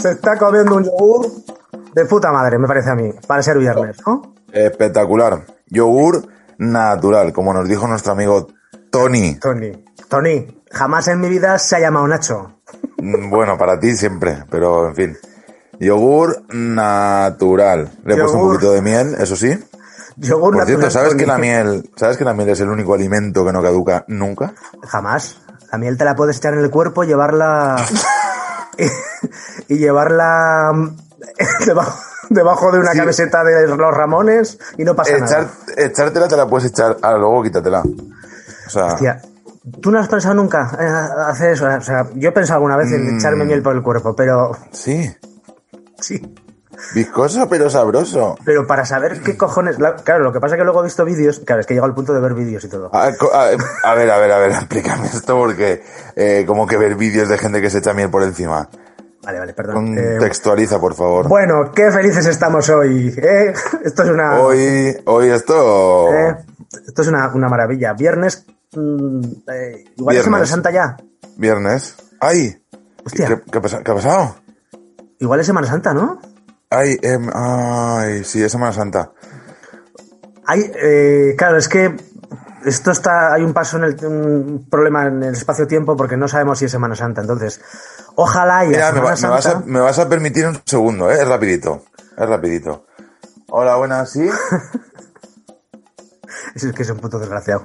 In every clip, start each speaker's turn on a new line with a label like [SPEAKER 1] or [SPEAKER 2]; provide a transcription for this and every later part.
[SPEAKER 1] Se está comiendo un yogur de puta madre, me parece a mí, para ser viernes, ¿no?
[SPEAKER 2] Espectacular. Yogur natural, como nos dijo nuestro amigo Tony.
[SPEAKER 1] Tony. Tony, jamás en mi vida se ha llamado Nacho.
[SPEAKER 2] Mm, Bueno, para ti siempre, pero en fin. Yogur natural. Le he puesto un
[SPEAKER 1] Yogur.
[SPEAKER 2] poquito de miel, eso sí.
[SPEAKER 1] Yogur
[SPEAKER 2] Por cierto,
[SPEAKER 1] natural,
[SPEAKER 2] ¿sabes
[SPEAKER 1] Tony.
[SPEAKER 2] que la miel, sabes que la miel es el único alimento que no caduca nunca?
[SPEAKER 1] Jamás. La miel te la puedes echar en el cuerpo, llevarla. y, llevarla mm, debajo, debajo de una
[SPEAKER 2] Sí.
[SPEAKER 1] camiseta de los Ramones y no pasa
[SPEAKER 2] Echar,
[SPEAKER 1] nada.
[SPEAKER 2] echártela te la puedes echar, ahora luego quítatela. O sea,
[SPEAKER 1] Hostia, ¿Tú no has pensado nunca en hacer eso? O sea, yo he pensado alguna vez en
[SPEAKER 2] Mm.
[SPEAKER 1] echarme miel por el cuerpo, pero
[SPEAKER 2] sí.
[SPEAKER 1] sí,
[SPEAKER 2] Viscoso pero sabroso.
[SPEAKER 1] Pero para saber qué cojones. la- Claro, lo que pasa es que luego he visto vídeos. Claro, es que he llegado al punto de ver vídeos y todo.
[SPEAKER 2] A, co- a- a ver, a ver, a ver, explícame esto porque eh, como que ver vídeos de gente que se echa miel por encima.
[SPEAKER 1] Vale, vale, perdón. Eh,
[SPEAKER 2] Contextualiza, por favor.
[SPEAKER 1] bueno, qué felices estamos hoy. ¿eh? Esto es una.
[SPEAKER 2] Hoy, hoy esto...
[SPEAKER 1] eh, Esto es una, una maravilla. Viernes. mm, eh, igual
[SPEAKER 2] Viernes.
[SPEAKER 1] es Semana Santa ya.
[SPEAKER 2] Viernes. ¡Ay! ¿Qué,
[SPEAKER 1] Hostia.
[SPEAKER 2] qué ha pasa- qué ha pasado?
[SPEAKER 1] Igual es Semana Santa, ¿no?
[SPEAKER 2] Ay, em, ay, sí, es Semana Santa.
[SPEAKER 1] Hay, eh, claro, es que. Esto está. Hay un paso en el. Un problema en el espacio-tiempo porque no sabemos si es Semana Santa. Entonces, ojalá haya
[SPEAKER 2] Mira, me,
[SPEAKER 1] Semana
[SPEAKER 2] va- me
[SPEAKER 1] Santa.
[SPEAKER 2] vas a, me vas a permitir un segundo, ¿eh? Es rapidito. Es rapidito. Hola, buenas, ¿sí?
[SPEAKER 1] Es que es un puto desgraciado.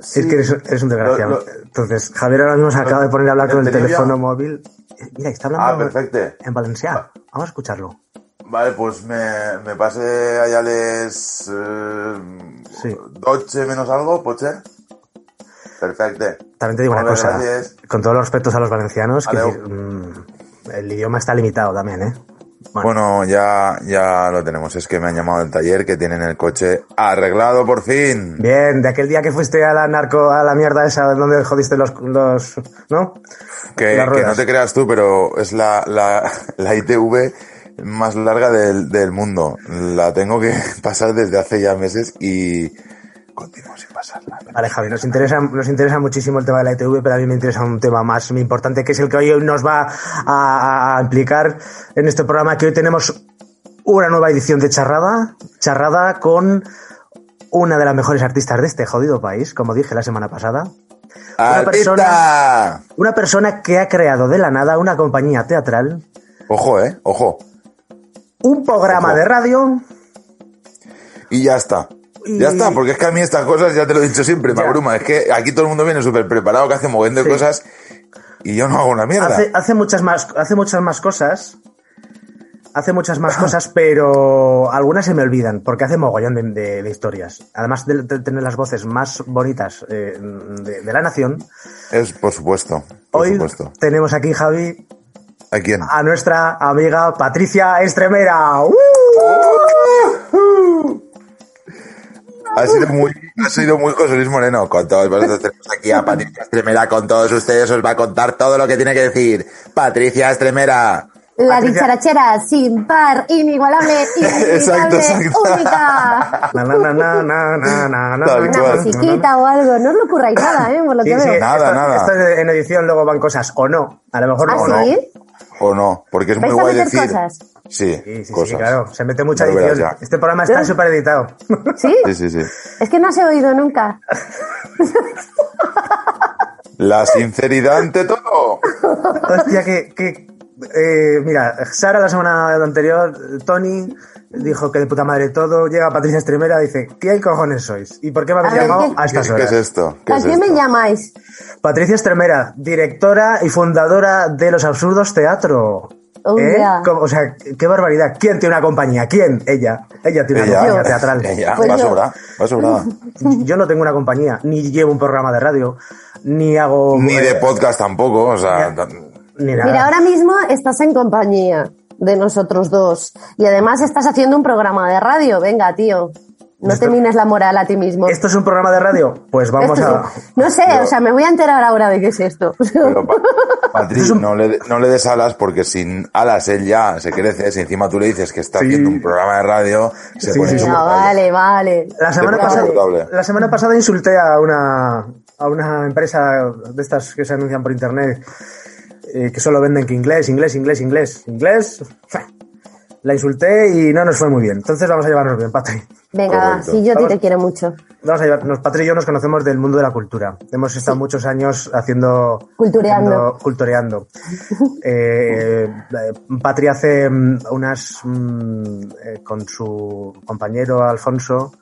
[SPEAKER 2] Sí.
[SPEAKER 1] Es que eres, eres un desgraciado.
[SPEAKER 2] Lo- lo-
[SPEAKER 1] Entonces, Javier ahora mismo se acaba de poner a hablar
[SPEAKER 2] lo
[SPEAKER 1] con el
[SPEAKER 2] tenía
[SPEAKER 1] teléfono
[SPEAKER 2] ya.
[SPEAKER 1] móvil. Eh, Mira, está
[SPEAKER 2] Ah,
[SPEAKER 1] hablando
[SPEAKER 2] perfecto. Ah.
[SPEAKER 1] en valenciano. Vamos a escucharlo.
[SPEAKER 2] Vale, pues me, me pasé allá les... Eh,
[SPEAKER 1] Sí.
[SPEAKER 2] 12 menos algo, poche. Perfecto.
[SPEAKER 1] También te digo una
[SPEAKER 2] Vale,
[SPEAKER 1] cosa.
[SPEAKER 2] gracias.
[SPEAKER 1] Con todos los respetos a los valencianos, que,
[SPEAKER 2] Adeu.
[SPEAKER 1] mm, el idioma está limitado también, ¿eh? Bueno,
[SPEAKER 2] Bueno, ya, ya lo tenemos. Es que me han llamado del taller que tienen el coche arreglado por fin.
[SPEAKER 1] bien, de aquel día que fuiste a la narco, a la mierda esa, donde jodiste los. los ¿No?
[SPEAKER 2] Que,
[SPEAKER 1] Las
[SPEAKER 2] que
[SPEAKER 1] ruedas.
[SPEAKER 2] no te creas tú, pero es la, la, la ITV más larga del, del mundo. La tengo que pasar desde hace ya meses y continúo sin pasarla.
[SPEAKER 1] Vale, Javi, nos interesa, nos interesa muchísimo el tema de la ITV, pero a mí me interesa un tema más importante, que es el que hoy nos va a, a- a implicar en este programa, que hoy tenemos una nueva edición de Charrada, Charrada con una de las mejores artistas de este jodido país, como dije la semana pasada. Una persona-
[SPEAKER 2] ¡Artista!
[SPEAKER 1] Una persona que ha creado de la nada una compañía teatral,
[SPEAKER 2] Ojo, eh, ojo.
[SPEAKER 1] un programa
[SPEAKER 2] Ojo.
[SPEAKER 1] de radio,
[SPEAKER 2] Y ya está.
[SPEAKER 1] Y-
[SPEAKER 2] Ya
[SPEAKER 3] Mm.
[SPEAKER 2] está, porque es que a mí estas cosas, ya te lo he dicho siempre, me
[SPEAKER 1] Ya.
[SPEAKER 2] abruma. Es que aquí todo el mundo viene súper preparado, que hace mogollón de
[SPEAKER 1] Sí.
[SPEAKER 2] cosas y yo no hago una mierda.
[SPEAKER 1] hace, hace muchas más hace muchas más cosas hace muchas más cosas pero algunas se me olvidan porque hace mogollón de, de- de historias además de, de tener las voces más bonitas eh, de, de la nación
[SPEAKER 2] Es, por supuesto. Por
[SPEAKER 1] hoy
[SPEAKER 2] supuesto.
[SPEAKER 1] tenemos aquí Javi
[SPEAKER 2] ¿A quién?
[SPEAKER 3] Ah.
[SPEAKER 1] a nuestra amiga Patricia Estremera ¡Uh!
[SPEAKER 2] Ha sido muy, ha sido muy José Luis Moreno. Con todos vosotros tenemos aquí a Patricia Estremera. Con todos ustedes os va a contar todo lo que tiene que decir. Patricia Estremera.
[SPEAKER 3] La
[SPEAKER 1] Patricia.
[SPEAKER 3] dicharachera sin par, inigualable, inimitable,
[SPEAKER 2] Exacto, exacto.
[SPEAKER 3] única.
[SPEAKER 1] Na, na, na, na, na, na, na, na,
[SPEAKER 2] Tal
[SPEAKER 1] na, na,
[SPEAKER 2] cual.
[SPEAKER 3] Una
[SPEAKER 1] na,
[SPEAKER 3] musiquita o algo. No os lo curráis nada, ¿eh? Por lo
[SPEAKER 1] Sí,
[SPEAKER 3] que
[SPEAKER 1] sí,
[SPEAKER 3] veo.
[SPEAKER 2] Nada,
[SPEAKER 1] esto-
[SPEAKER 2] nada.
[SPEAKER 1] esto en edición luego van cosas o no a lo mejor
[SPEAKER 3] ¿Ah,
[SPEAKER 1] o no
[SPEAKER 3] sí?
[SPEAKER 2] ¿O no? Porque es muy
[SPEAKER 3] ¿Vais a
[SPEAKER 2] guay
[SPEAKER 3] meter
[SPEAKER 2] decir.
[SPEAKER 3] cosas?
[SPEAKER 2] Sí,
[SPEAKER 1] Sí, sí,
[SPEAKER 2] cosas.
[SPEAKER 1] sí, claro. Se mete mucha
[SPEAKER 2] Ya lo verás
[SPEAKER 1] edición.
[SPEAKER 2] ya.
[SPEAKER 1] Este programa está
[SPEAKER 3] ¿Eh?
[SPEAKER 1] súper editado.
[SPEAKER 3] ¿Sí?
[SPEAKER 2] Sí, sí, sí.
[SPEAKER 3] Es que no se ha oído nunca.
[SPEAKER 2] La sinceridad ante todo.
[SPEAKER 1] Hostia, que. que eh, mira, Sara la semana anterior, Tony dijo que de puta madre todo. Llega Patricia Estremera y dice: ¿Qué cojones sois? ¿Y por qué me habéis
[SPEAKER 3] A ver,
[SPEAKER 1] llamado
[SPEAKER 3] ¿qué-
[SPEAKER 1] a
[SPEAKER 2] ¿Qué,
[SPEAKER 1] estas
[SPEAKER 2] qué
[SPEAKER 1] horas?
[SPEAKER 2] es esto? ¿Qué
[SPEAKER 3] ¿A
[SPEAKER 2] es
[SPEAKER 3] quién me
[SPEAKER 2] esto?
[SPEAKER 3] llamáis?
[SPEAKER 1] Patricia Estremera, directora y fundadora de Los Absurdos Teatro.
[SPEAKER 3] Oh,
[SPEAKER 1] ¿Eh?
[SPEAKER 3] ya.
[SPEAKER 1] Como- O sea, qué barbaridad. ¿Quién tiene una compañía? ¿Quién? Ella. Ella tiene una
[SPEAKER 2] Ella,
[SPEAKER 1] compañía teatral.
[SPEAKER 2] ella,
[SPEAKER 3] Eh, Pues
[SPEAKER 2] Eh, va
[SPEAKER 3] yo.
[SPEAKER 2] sobrada, va sobrada.
[SPEAKER 1] Yo no tengo una compañía, ni llevo un programa de radio, ni hago.
[SPEAKER 3] Pues
[SPEAKER 2] Ni de
[SPEAKER 1] eh,
[SPEAKER 2] podcast tampoco, o sea,
[SPEAKER 1] ni nada.
[SPEAKER 3] Mira, ahora mismo estás en compañía. de nosotros dos. Y además estás haciendo un programa de radio. Venga, tío. No
[SPEAKER 1] Esto-
[SPEAKER 3] te mines la moral a ti mismo.
[SPEAKER 1] ¿Esto es un programa de radio? Pues vamos
[SPEAKER 3] Esto-
[SPEAKER 1] a...
[SPEAKER 3] No sé,
[SPEAKER 2] Yo-
[SPEAKER 3] o sea, me voy a enterar ahora de qué es esto.
[SPEAKER 2] Pero, Pa- Patrick, no le, no le des alas porque sin alas él ya se crece. Si encima tú le dices que está
[SPEAKER 1] Sí.
[SPEAKER 2] haciendo un programa de radio, se
[SPEAKER 1] Sí,
[SPEAKER 2] pone
[SPEAKER 1] sí, sí.
[SPEAKER 3] Venga,
[SPEAKER 2] insoportable.
[SPEAKER 3] vale, vale.
[SPEAKER 1] La semana,
[SPEAKER 2] Te pongo
[SPEAKER 1] pasada,
[SPEAKER 2] insoportable.
[SPEAKER 1] la semana pasada insulté a una, a una empresa de estas que se anuncian por internet eh, que solo venden que inglés, inglés, inglés, inglés, inglés. La insulté y no nos fue muy bien. Entonces vamos a llevarnos bien, Patri.
[SPEAKER 3] Venga, va,
[SPEAKER 2] Correcto.
[SPEAKER 3] sí, yo a ti
[SPEAKER 1] Vamos.
[SPEAKER 3] te quiero mucho.
[SPEAKER 1] Vamos a llevarnos. Patri y yo nos conocemos del mundo de la cultura. Hemos estado muchos años haciendo.
[SPEAKER 3] Cultureando.
[SPEAKER 1] haciendo- cultureando. Eh, eh, Patri hace mm, unas. mm, eh, con su compañero Alfonso,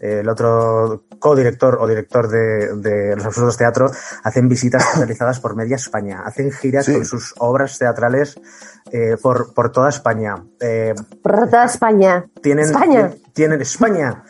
[SPEAKER 1] eh, el otro codirector o director de, de Los Absurdos Teatro, hacen visitas realizadas por media España. Hacen giras
[SPEAKER 2] Sí.
[SPEAKER 1] con sus obras teatrales eh, por, por toda España. Eh,
[SPEAKER 3] Por toda España.
[SPEAKER 1] tienen,
[SPEAKER 3] España.
[SPEAKER 1] ti- Tienen, España.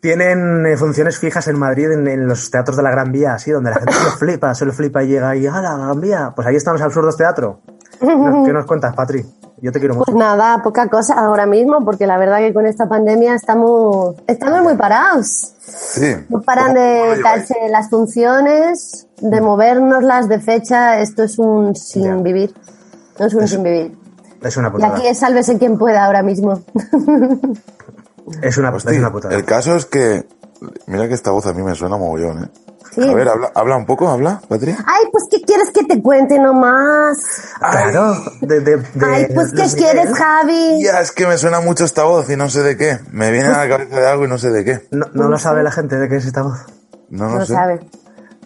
[SPEAKER 1] tienen eh, funciones fijas en Madrid, en, en los teatros de la Gran Vía, así, donde la gente se lo flipa, se lo flipa y llega y ¡ah, la Gran Vía! Pues ahí están los absurdos teatro. ¿No- ¿Qué nos cuentas, Patri? Yo te quiero mucho.
[SPEAKER 3] Pues nada, poca cosa ahora mismo, porque la verdad que con esta pandemia estamos, estamos muy parados.
[SPEAKER 2] Sí.
[SPEAKER 3] No paran de darse las funciones, de movernoslas de fecha. Esto es un sin
[SPEAKER 1] Ya.
[SPEAKER 3] vivir. No es un sin vivir.
[SPEAKER 1] Es una
[SPEAKER 3] Y
[SPEAKER 1] putada.
[SPEAKER 3] aquí es sálvese quien pueda ahora mismo.
[SPEAKER 1] Es una,
[SPEAKER 2] Hostia,
[SPEAKER 1] es una putada.
[SPEAKER 2] el caso es que. Mira que esta voz a mí me suena mogollón, ¿eh?
[SPEAKER 3] Sí.
[SPEAKER 2] A ver, habla, habla un poco, habla, Patrick.
[SPEAKER 3] Ay, pues ¿qué quieres que te cuente nomás?
[SPEAKER 1] Claro. De, de, de-
[SPEAKER 3] Ay, pues ¿qué
[SPEAKER 1] los
[SPEAKER 3] quieres,
[SPEAKER 1] Miguel.
[SPEAKER 3] Javi?
[SPEAKER 2] Ya, es que me suena mucho esta voz y no sé de qué. Me viene a la cabeza de algo y no sé de qué.
[SPEAKER 1] No, no lo sabe la gente de qué es esta voz.
[SPEAKER 2] No lo
[SPEAKER 3] No
[SPEAKER 2] sé.
[SPEAKER 3] sabe.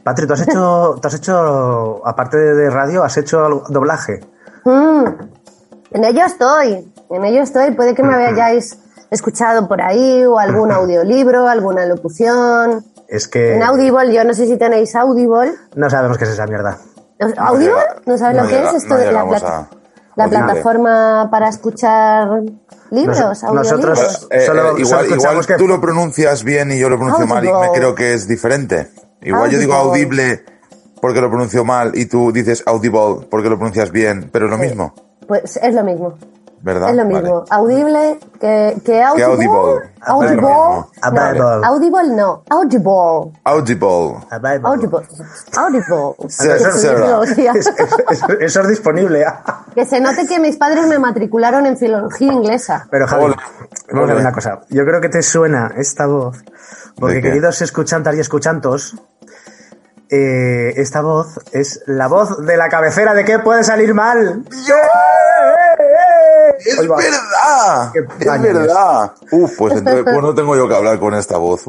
[SPEAKER 1] Patri, ¿tú has hecho, tú has hecho, aparte de de radio, has hecho algo- doblaje?
[SPEAKER 3] Mm, en ello estoy, en ello estoy. Puede que me hayáis escuchado por ahí o algún audiolibro, alguna locución.
[SPEAKER 1] Es que
[SPEAKER 3] En Audible, yo no sé si tenéis Audible.
[SPEAKER 1] no sabemos qué es esa mierda.
[SPEAKER 3] ¿Os-
[SPEAKER 2] No
[SPEAKER 3] ¿Audible?
[SPEAKER 2] llega-
[SPEAKER 3] ¿No sabes lo
[SPEAKER 2] no
[SPEAKER 3] que
[SPEAKER 2] llega-
[SPEAKER 3] es esto
[SPEAKER 2] no
[SPEAKER 3] de la,
[SPEAKER 2] llegamos
[SPEAKER 3] pla-
[SPEAKER 2] a-
[SPEAKER 3] la
[SPEAKER 2] Audible.
[SPEAKER 3] plataforma para escuchar libros?
[SPEAKER 1] Nos-
[SPEAKER 3] audiolibros?
[SPEAKER 2] Pero,
[SPEAKER 1] nosotros-
[SPEAKER 2] eh, eh,
[SPEAKER 1] Solo- solo
[SPEAKER 2] igual igual
[SPEAKER 1] escuchamos que-
[SPEAKER 2] tú lo pronuncias bien y yo lo pronuncio mal y
[SPEAKER 3] Audible.
[SPEAKER 2] me creo que es diferente. Igual
[SPEAKER 3] Ah,
[SPEAKER 2] yo digo
[SPEAKER 3] Audible.
[SPEAKER 2] audible porque lo pronuncio mal y tú dices audible porque lo pronuncias bien, pero es lo mismo,
[SPEAKER 3] Pues es lo mismo.
[SPEAKER 2] ¿verdad?
[SPEAKER 3] es lo
[SPEAKER 2] Vale.
[SPEAKER 3] mismo. Audible que, que
[SPEAKER 2] Que
[SPEAKER 3] Audible.
[SPEAKER 2] audible.
[SPEAKER 3] Audible.
[SPEAKER 2] Es lo mismo.
[SPEAKER 1] Audible.
[SPEAKER 3] No, Audible no. Audible.
[SPEAKER 2] Audible.
[SPEAKER 3] Audible. Audible.
[SPEAKER 2] Ser-
[SPEAKER 3] Que soy de
[SPEAKER 2] será.
[SPEAKER 3] filología.
[SPEAKER 1] Es- es- es- eso es disponible.
[SPEAKER 3] Que se note que mis padres me matricularon en filología inglesa.
[SPEAKER 1] Pero Javi,
[SPEAKER 2] Hola.
[SPEAKER 1] vamos a ver
[SPEAKER 2] Hola.
[SPEAKER 1] una cosa. Yo creo que te suena esta voz, porque
[SPEAKER 2] ¿De qué?
[SPEAKER 1] queridos escuchantas y escuchantos, eh, esta voz es la voz de la cabecera de qué puede salir mal.
[SPEAKER 2] ¡Es
[SPEAKER 1] Ahí va.
[SPEAKER 2] verdad!
[SPEAKER 1] Qué
[SPEAKER 2] ¡Es
[SPEAKER 1] pañales.
[SPEAKER 2] verdad! Uf, pues entonces pues no tengo yo que hablar con esta voz.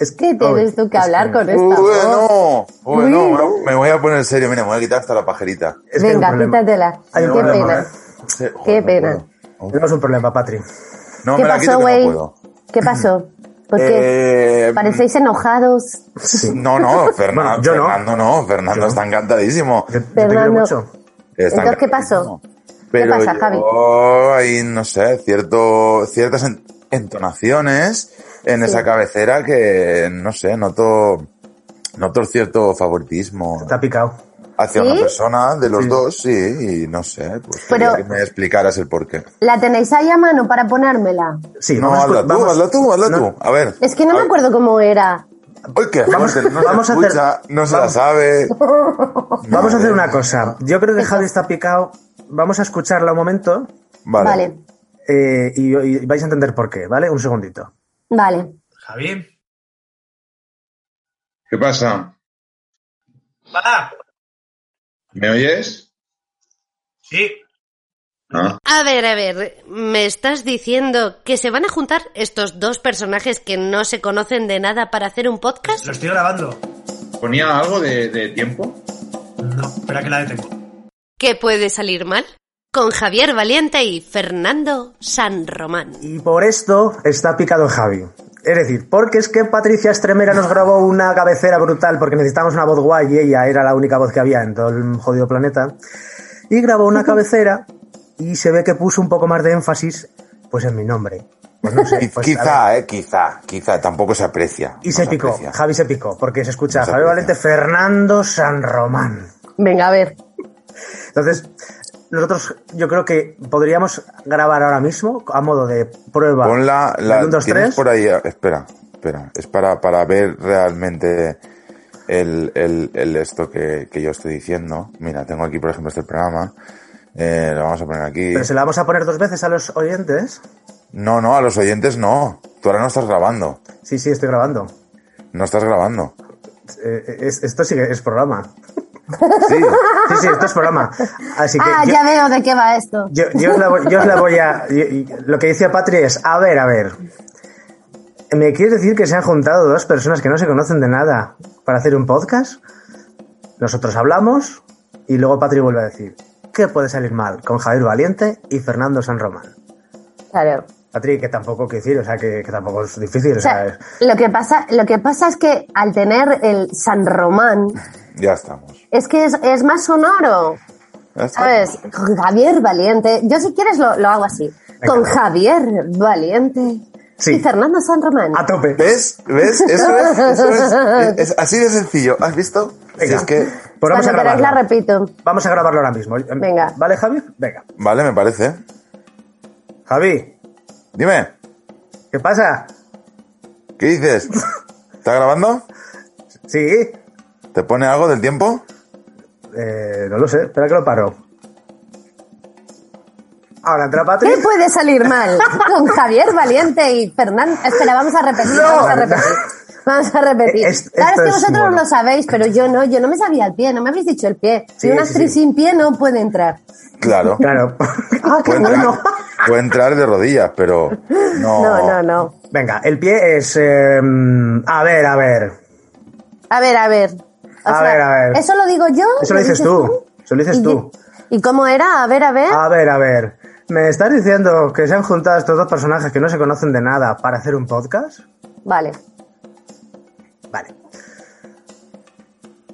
[SPEAKER 1] Es
[SPEAKER 3] ¿Qué tienes
[SPEAKER 1] uy,
[SPEAKER 3] tú que
[SPEAKER 1] es
[SPEAKER 3] hablar con esta voz?
[SPEAKER 2] Bueno, bueno,
[SPEAKER 3] Uy.
[SPEAKER 2] ahora me voy a poner serio. Mira, me voy a quitar hasta la pajerita.
[SPEAKER 1] es que hay un
[SPEAKER 3] Venga,
[SPEAKER 1] problema.
[SPEAKER 3] quítatela.
[SPEAKER 1] Hay
[SPEAKER 3] Qué
[SPEAKER 1] un problema,
[SPEAKER 3] pena.
[SPEAKER 1] ¿eh?
[SPEAKER 2] Sí, joder, no
[SPEAKER 3] pena.
[SPEAKER 2] puedo.
[SPEAKER 1] Tenemos un problema, Patri.
[SPEAKER 2] No,
[SPEAKER 3] ¿Qué
[SPEAKER 2] me la quito
[SPEAKER 3] pasó,
[SPEAKER 2] que no
[SPEAKER 3] güey?
[SPEAKER 2] puedo.
[SPEAKER 3] ¿Qué pasó? ¿Por qué?
[SPEAKER 2] Eh,
[SPEAKER 3] Parecéis enojados.
[SPEAKER 2] No, no, Fernan-
[SPEAKER 1] Bueno, yo no.
[SPEAKER 2] Fernando no. Fernando está encantadísimo.
[SPEAKER 1] Yo, yo te
[SPEAKER 3] Fernando.
[SPEAKER 1] quiero mucho.
[SPEAKER 2] Está
[SPEAKER 3] Entonces, ¿qué
[SPEAKER 2] encantadísimo.
[SPEAKER 3] ¿Qué
[SPEAKER 2] Pero
[SPEAKER 3] pasa, Javi?
[SPEAKER 2] yo hay, no sé, cierto, ciertas en- entonaciones en esa cabecera que, no sé, noto, noto cierto favoritismo
[SPEAKER 1] Te ha picado.
[SPEAKER 2] hacia
[SPEAKER 3] ¿Sí?
[SPEAKER 2] una persona de los
[SPEAKER 1] Sí.
[SPEAKER 2] dos, sí, y no sé, pues
[SPEAKER 3] Pero-
[SPEAKER 2] quería que me explicaras el porqué.
[SPEAKER 3] ¿La tenéis ahí a mano para ponérmela?
[SPEAKER 1] Sí,
[SPEAKER 2] No,
[SPEAKER 1] vamos a escu-
[SPEAKER 2] hazla tú,
[SPEAKER 1] vamos-
[SPEAKER 2] hazla tú, hazla
[SPEAKER 1] no,
[SPEAKER 2] tú. A ver.
[SPEAKER 3] Es que no me acuerdo cómo era.
[SPEAKER 2] Oye, que
[SPEAKER 1] Vamos-
[SPEAKER 2] no se- no se
[SPEAKER 1] vamos a hacer-
[SPEAKER 2] escucha, no se la
[SPEAKER 1] vamos-
[SPEAKER 2] sabe.
[SPEAKER 1] Vamos a hacer
[SPEAKER 2] Madre
[SPEAKER 1] una
[SPEAKER 2] mía.
[SPEAKER 1] cosa. Yo creo que Javi está picado. Vamos a escucharla un momento
[SPEAKER 2] Vale.
[SPEAKER 3] Vale.
[SPEAKER 1] eh, y, y vais a entender por qué, ¿vale? Un segundito.
[SPEAKER 3] Vale.
[SPEAKER 4] Javi,
[SPEAKER 5] ¿Qué pasa?
[SPEAKER 4] para.
[SPEAKER 5] ¿Me oyes?
[SPEAKER 4] Sí,
[SPEAKER 5] Ah,
[SPEAKER 6] A ver, a ver, ¿me estás diciendo que se van a juntar estos dos personajes que no se conocen de nada para hacer un podcast?
[SPEAKER 4] lo estoy grabando.
[SPEAKER 5] ¿Ponía algo de, de tiempo?
[SPEAKER 4] No, espera que la detengo.
[SPEAKER 6] ¿Qué puede salir mal? Con Javier Valiente y Fernando San Román.
[SPEAKER 1] Y por esto está picado Javi. Es decir, porque es que Patricia Estremera nos grabó una cabecera brutal porque necesitábamos una voz guay y ella era la única voz que había en todo el jodido planeta. Y grabó una cabecera y se ve que puso un poco más de énfasis pues en mi nombre. Pues no sé,
[SPEAKER 2] Qui-
[SPEAKER 1] pues, a ver.
[SPEAKER 2] quizá, eh, quizá, quizá, tampoco se aprecia.
[SPEAKER 1] Y
[SPEAKER 2] no
[SPEAKER 1] se picó,
[SPEAKER 2] aprecia.
[SPEAKER 1] Javi se picó, porque se escucha
[SPEAKER 2] No se
[SPEAKER 1] Javier
[SPEAKER 2] aprecia.
[SPEAKER 1] Valente Fernando San Román.
[SPEAKER 3] Venga, a ver.
[SPEAKER 1] Entonces, nosotros yo creo que podríamos grabar ahora mismo a modo de prueba.
[SPEAKER 2] Pon la,
[SPEAKER 1] del
[SPEAKER 2] la
[SPEAKER 1] un, dos,
[SPEAKER 2] tienes
[SPEAKER 1] tres.
[SPEAKER 2] por ahí. eh, Espera, espera. Es para, para ver realmente el, el, el esto que, que yo estoy diciendo. Mira, tengo aquí, por ejemplo, este programa. Eh, lo vamos a poner aquí.
[SPEAKER 1] Pero se la vamos a poner dos veces a los oyentes.
[SPEAKER 2] No, no, a los oyentes no. Tú ahora no estás grabando.
[SPEAKER 1] Sí, sí, estoy grabando.
[SPEAKER 2] No estás grabando.
[SPEAKER 1] Eh, es- esto sí que es programa.
[SPEAKER 2] Sí.
[SPEAKER 1] Sí, sí, esto es programa. Así que
[SPEAKER 3] Ah,
[SPEAKER 1] yo,
[SPEAKER 3] ya veo de qué va esto.
[SPEAKER 1] yo- yo os la, voy- yo os la voy a... yo- y- lo que decía Patri es, a ver, a ver. ¿Me quieres decir que se han juntado dos personas que no se conocen de nada para hacer un podcast? Nosotros hablamos y luego Patri vuelve a decir, ¿qué puede salir mal con Javier Valiente y Fernando San Román?
[SPEAKER 3] Claro.
[SPEAKER 1] Patri, que tampoco que decir, o sea, que, que tampoco es difícil, o
[SPEAKER 3] O sea,
[SPEAKER 1] sea,
[SPEAKER 3] lo que pasa, lo que pasa es que al tener el San Román,
[SPEAKER 2] Ya estamos.
[SPEAKER 3] es que es, es más sonoro.
[SPEAKER 2] Ya estamos.
[SPEAKER 3] ¿Sabes? Con Javier Valiente. Yo si quieres lo, lo hago así. Con
[SPEAKER 1] Venga.
[SPEAKER 3] Javier Valiente.
[SPEAKER 1] Sí. Ah,
[SPEAKER 3] Y Fernando San Román.
[SPEAKER 1] a tope.
[SPEAKER 2] ¿Ves? ¿Ves? Eso es, eso es, es- es así de sencillo. ¿Has visto? Si
[SPEAKER 1] Venga.
[SPEAKER 2] es que,
[SPEAKER 1] Pues vamos a
[SPEAKER 3] Cuando queráis la
[SPEAKER 1] grabarlo.
[SPEAKER 3] repito.
[SPEAKER 1] Vamos a grabarlo ahora mismo.
[SPEAKER 3] Venga.
[SPEAKER 1] ¿Vale, Javi? Venga.
[SPEAKER 2] vale, me parece.
[SPEAKER 1] Javi,
[SPEAKER 2] Dime,
[SPEAKER 1] ¿qué pasa?
[SPEAKER 2] ¿qué dices? ¿Está grabando?
[SPEAKER 1] Sí,
[SPEAKER 2] ¿Te pone algo del tiempo?
[SPEAKER 1] eh, no lo sé, espera que lo paro. Ahora entra Patri.
[SPEAKER 3] ¿Qué puede salir mal? Con Javier Valiente y Fernando. Espera, vamos a repetir, vamos a repetir. Vamos a repetir.
[SPEAKER 1] Es-
[SPEAKER 3] claro, es
[SPEAKER 1] esto
[SPEAKER 3] que
[SPEAKER 1] es
[SPEAKER 3] vosotros
[SPEAKER 1] bueno.
[SPEAKER 3] lo sabéis, pero yo no, yo no me sabía el pie, no me habéis dicho el pie.
[SPEAKER 1] Sí,
[SPEAKER 3] y una
[SPEAKER 1] sí,
[SPEAKER 3] actriz
[SPEAKER 1] sí.
[SPEAKER 3] sin pie no puede entrar.
[SPEAKER 2] Claro.
[SPEAKER 1] Claro. ¡Ah, qué
[SPEAKER 2] Puede entrar,
[SPEAKER 1] bueno!
[SPEAKER 2] puede entrar de rodillas, pero no.
[SPEAKER 3] No, no, no.
[SPEAKER 1] Venga, el pie es... eh, a ver, a ver.
[SPEAKER 3] A ver, a ver. O
[SPEAKER 1] A ver, a ver.
[SPEAKER 3] Eso lo digo yo.
[SPEAKER 1] Eso lo dices tú. ¿Eh? Eso lo dices
[SPEAKER 3] ¿Y,
[SPEAKER 1] tú.
[SPEAKER 3] ¿Y cómo era? A ver, a ver.
[SPEAKER 1] A ver, a ver. ¿Me estás diciendo que se han juntado estos dos personajes que no se conocen de nada para hacer un podcast?
[SPEAKER 3] Vale.
[SPEAKER 1] Vale.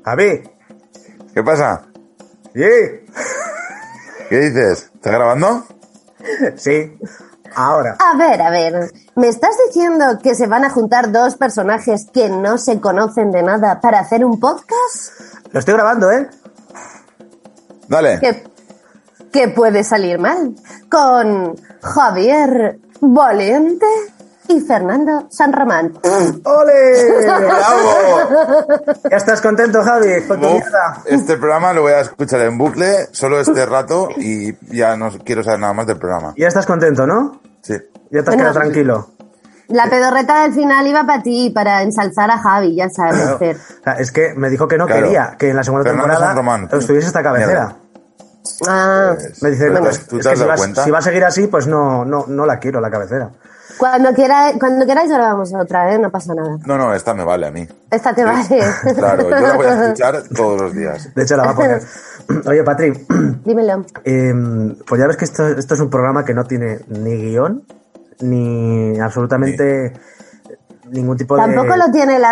[SPEAKER 1] Javi.
[SPEAKER 2] ¿Qué pasa?
[SPEAKER 1] Sí.
[SPEAKER 2] ¿Qué dices? ¿Está grabando?
[SPEAKER 1] Sí. Ahora.
[SPEAKER 3] A ver, a ver. ¿Me estás diciendo que se van a juntar dos personajes que no se conocen de nada para hacer un podcast?
[SPEAKER 1] Lo estoy grabando, ¿eh?
[SPEAKER 2] Dale.
[SPEAKER 3] que, que puede salir mal con Javier Valiente y Fernando San Román.
[SPEAKER 1] ¡Ole!
[SPEAKER 2] ¡Bravo!
[SPEAKER 1] ¿Ya estás contento, Javi? Con tu
[SPEAKER 2] Uf,
[SPEAKER 1] mierda.
[SPEAKER 2] Este programa lo voy a escuchar en bucle solo este rato y ya no quiero saber nada más del programa.
[SPEAKER 1] Ya estás contento, ¿no?
[SPEAKER 2] Sí.
[SPEAKER 1] Ya te has
[SPEAKER 3] Bueno, pues,
[SPEAKER 1] quedado tranquilo.
[SPEAKER 3] La pedorreta del final iba para ti, para ensalzar a Javi, ya sabes. Fer.
[SPEAKER 1] O sea, es que me dijo que no
[SPEAKER 2] Claro.
[SPEAKER 1] quería que en la segunda
[SPEAKER 2] Fernando San Román.
[SPEAKER 1] temporada estuviese esta cabecera.
[SPEAKER 3] Ah,
[SPEAKER 1] Me dice,
[SPEAKER 2] Pero
[SPEAKER 1] no,
[SPEAKER 2] Eh, tú-
[SPEAKER 1] es,
[SPEAKER 2] tú
[SPEAKER 1] es que
[SPEAKER 2] te has
[SPEAKER 1] si
[SPEAKER 2] dado
[SPEAKER 1] va,
[SPEAKER 2] cuenta.
[SPEAKER 1] si va a seguir así, pues no, no, no la quiero la cabecera.
[SPEAKER 3] cuando, quiera, cuando queráis grabamos otra, ¿eh? No pasa nada.
[SPEAKER 2] No, no, esta me vale a mí.
[SPEAKER 3] Esta te vale.
[SPEAKER 2] Claro, yo la voy a escuchar todos los días.
[SPEAKER 1] De hecho, la va a poner. Oye, Patri,
[SPEAKER 3] Dímelo.
[SPEAKER 1] eh, pues ya ves que esto, esto es un programa que no tiene ni guión, ni absolutamente ningún tipo
[SPEAKER 3] Tampoco
[SPEAKER 1] de...
[SPEAKER 3] lo tiene la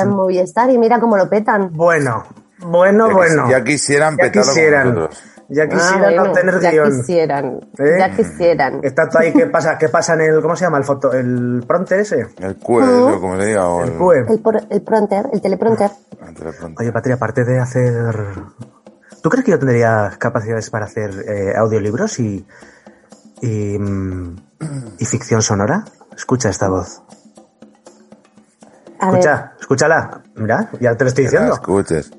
[SPEAKER 3] en Movistar y mira cómo lo petan.
[SPEAKER 1] Bueno, bueno,
[SPEAKER 2] Ya quis-
[SPEAKER 1] bueno.
[SPEAKER 2] ya
[SPEAKER 1] ya
[SPEAKER 2] quisieran petarlo como
[SPEAKER 1] quisieran,
[SPEAKER 2] nosotros.
[SPEAKER 1] ya quisieran
[SPEAKER 3] Ah, bueno,
[SPEAKER 1] no tener
[SPEAKER 3] ya
[SPEAKER 1] guión.
[SPEAKER 3] quisieran,
[SPEAKER 1] ¿Eh?
[SPEAKER 3] ya quisieran.
[SPEAKER 1] Está todo ahí, ¿qué pasa? ¿Qué pasa en el, cómo se llama? El foto, el pronte ese.
[SPEAKER 2] El QE, o como le diga. O
[SPEAKER 1] El PUE.
[SPEAKER 3] El, por- el pronter, el teleprompter.
[SPEAKER 2] el telepronto.
[SPEAKER 1] Oye, Patria, aparte de hacer... ¿Tú crees que yo tendría capacidades para hacer eh, audiolibros y, y, mm, y ficción sonora? Escucha esta voz.
[SPEAKER 3] A ver.
[SPEAKER 1] Escucha, escúchala. Mira, ya te lo estoy
[SPEAKER 2] Que la
[SPEAKER 1] diciendo. Eh,
[SPEAKER 2] escuches.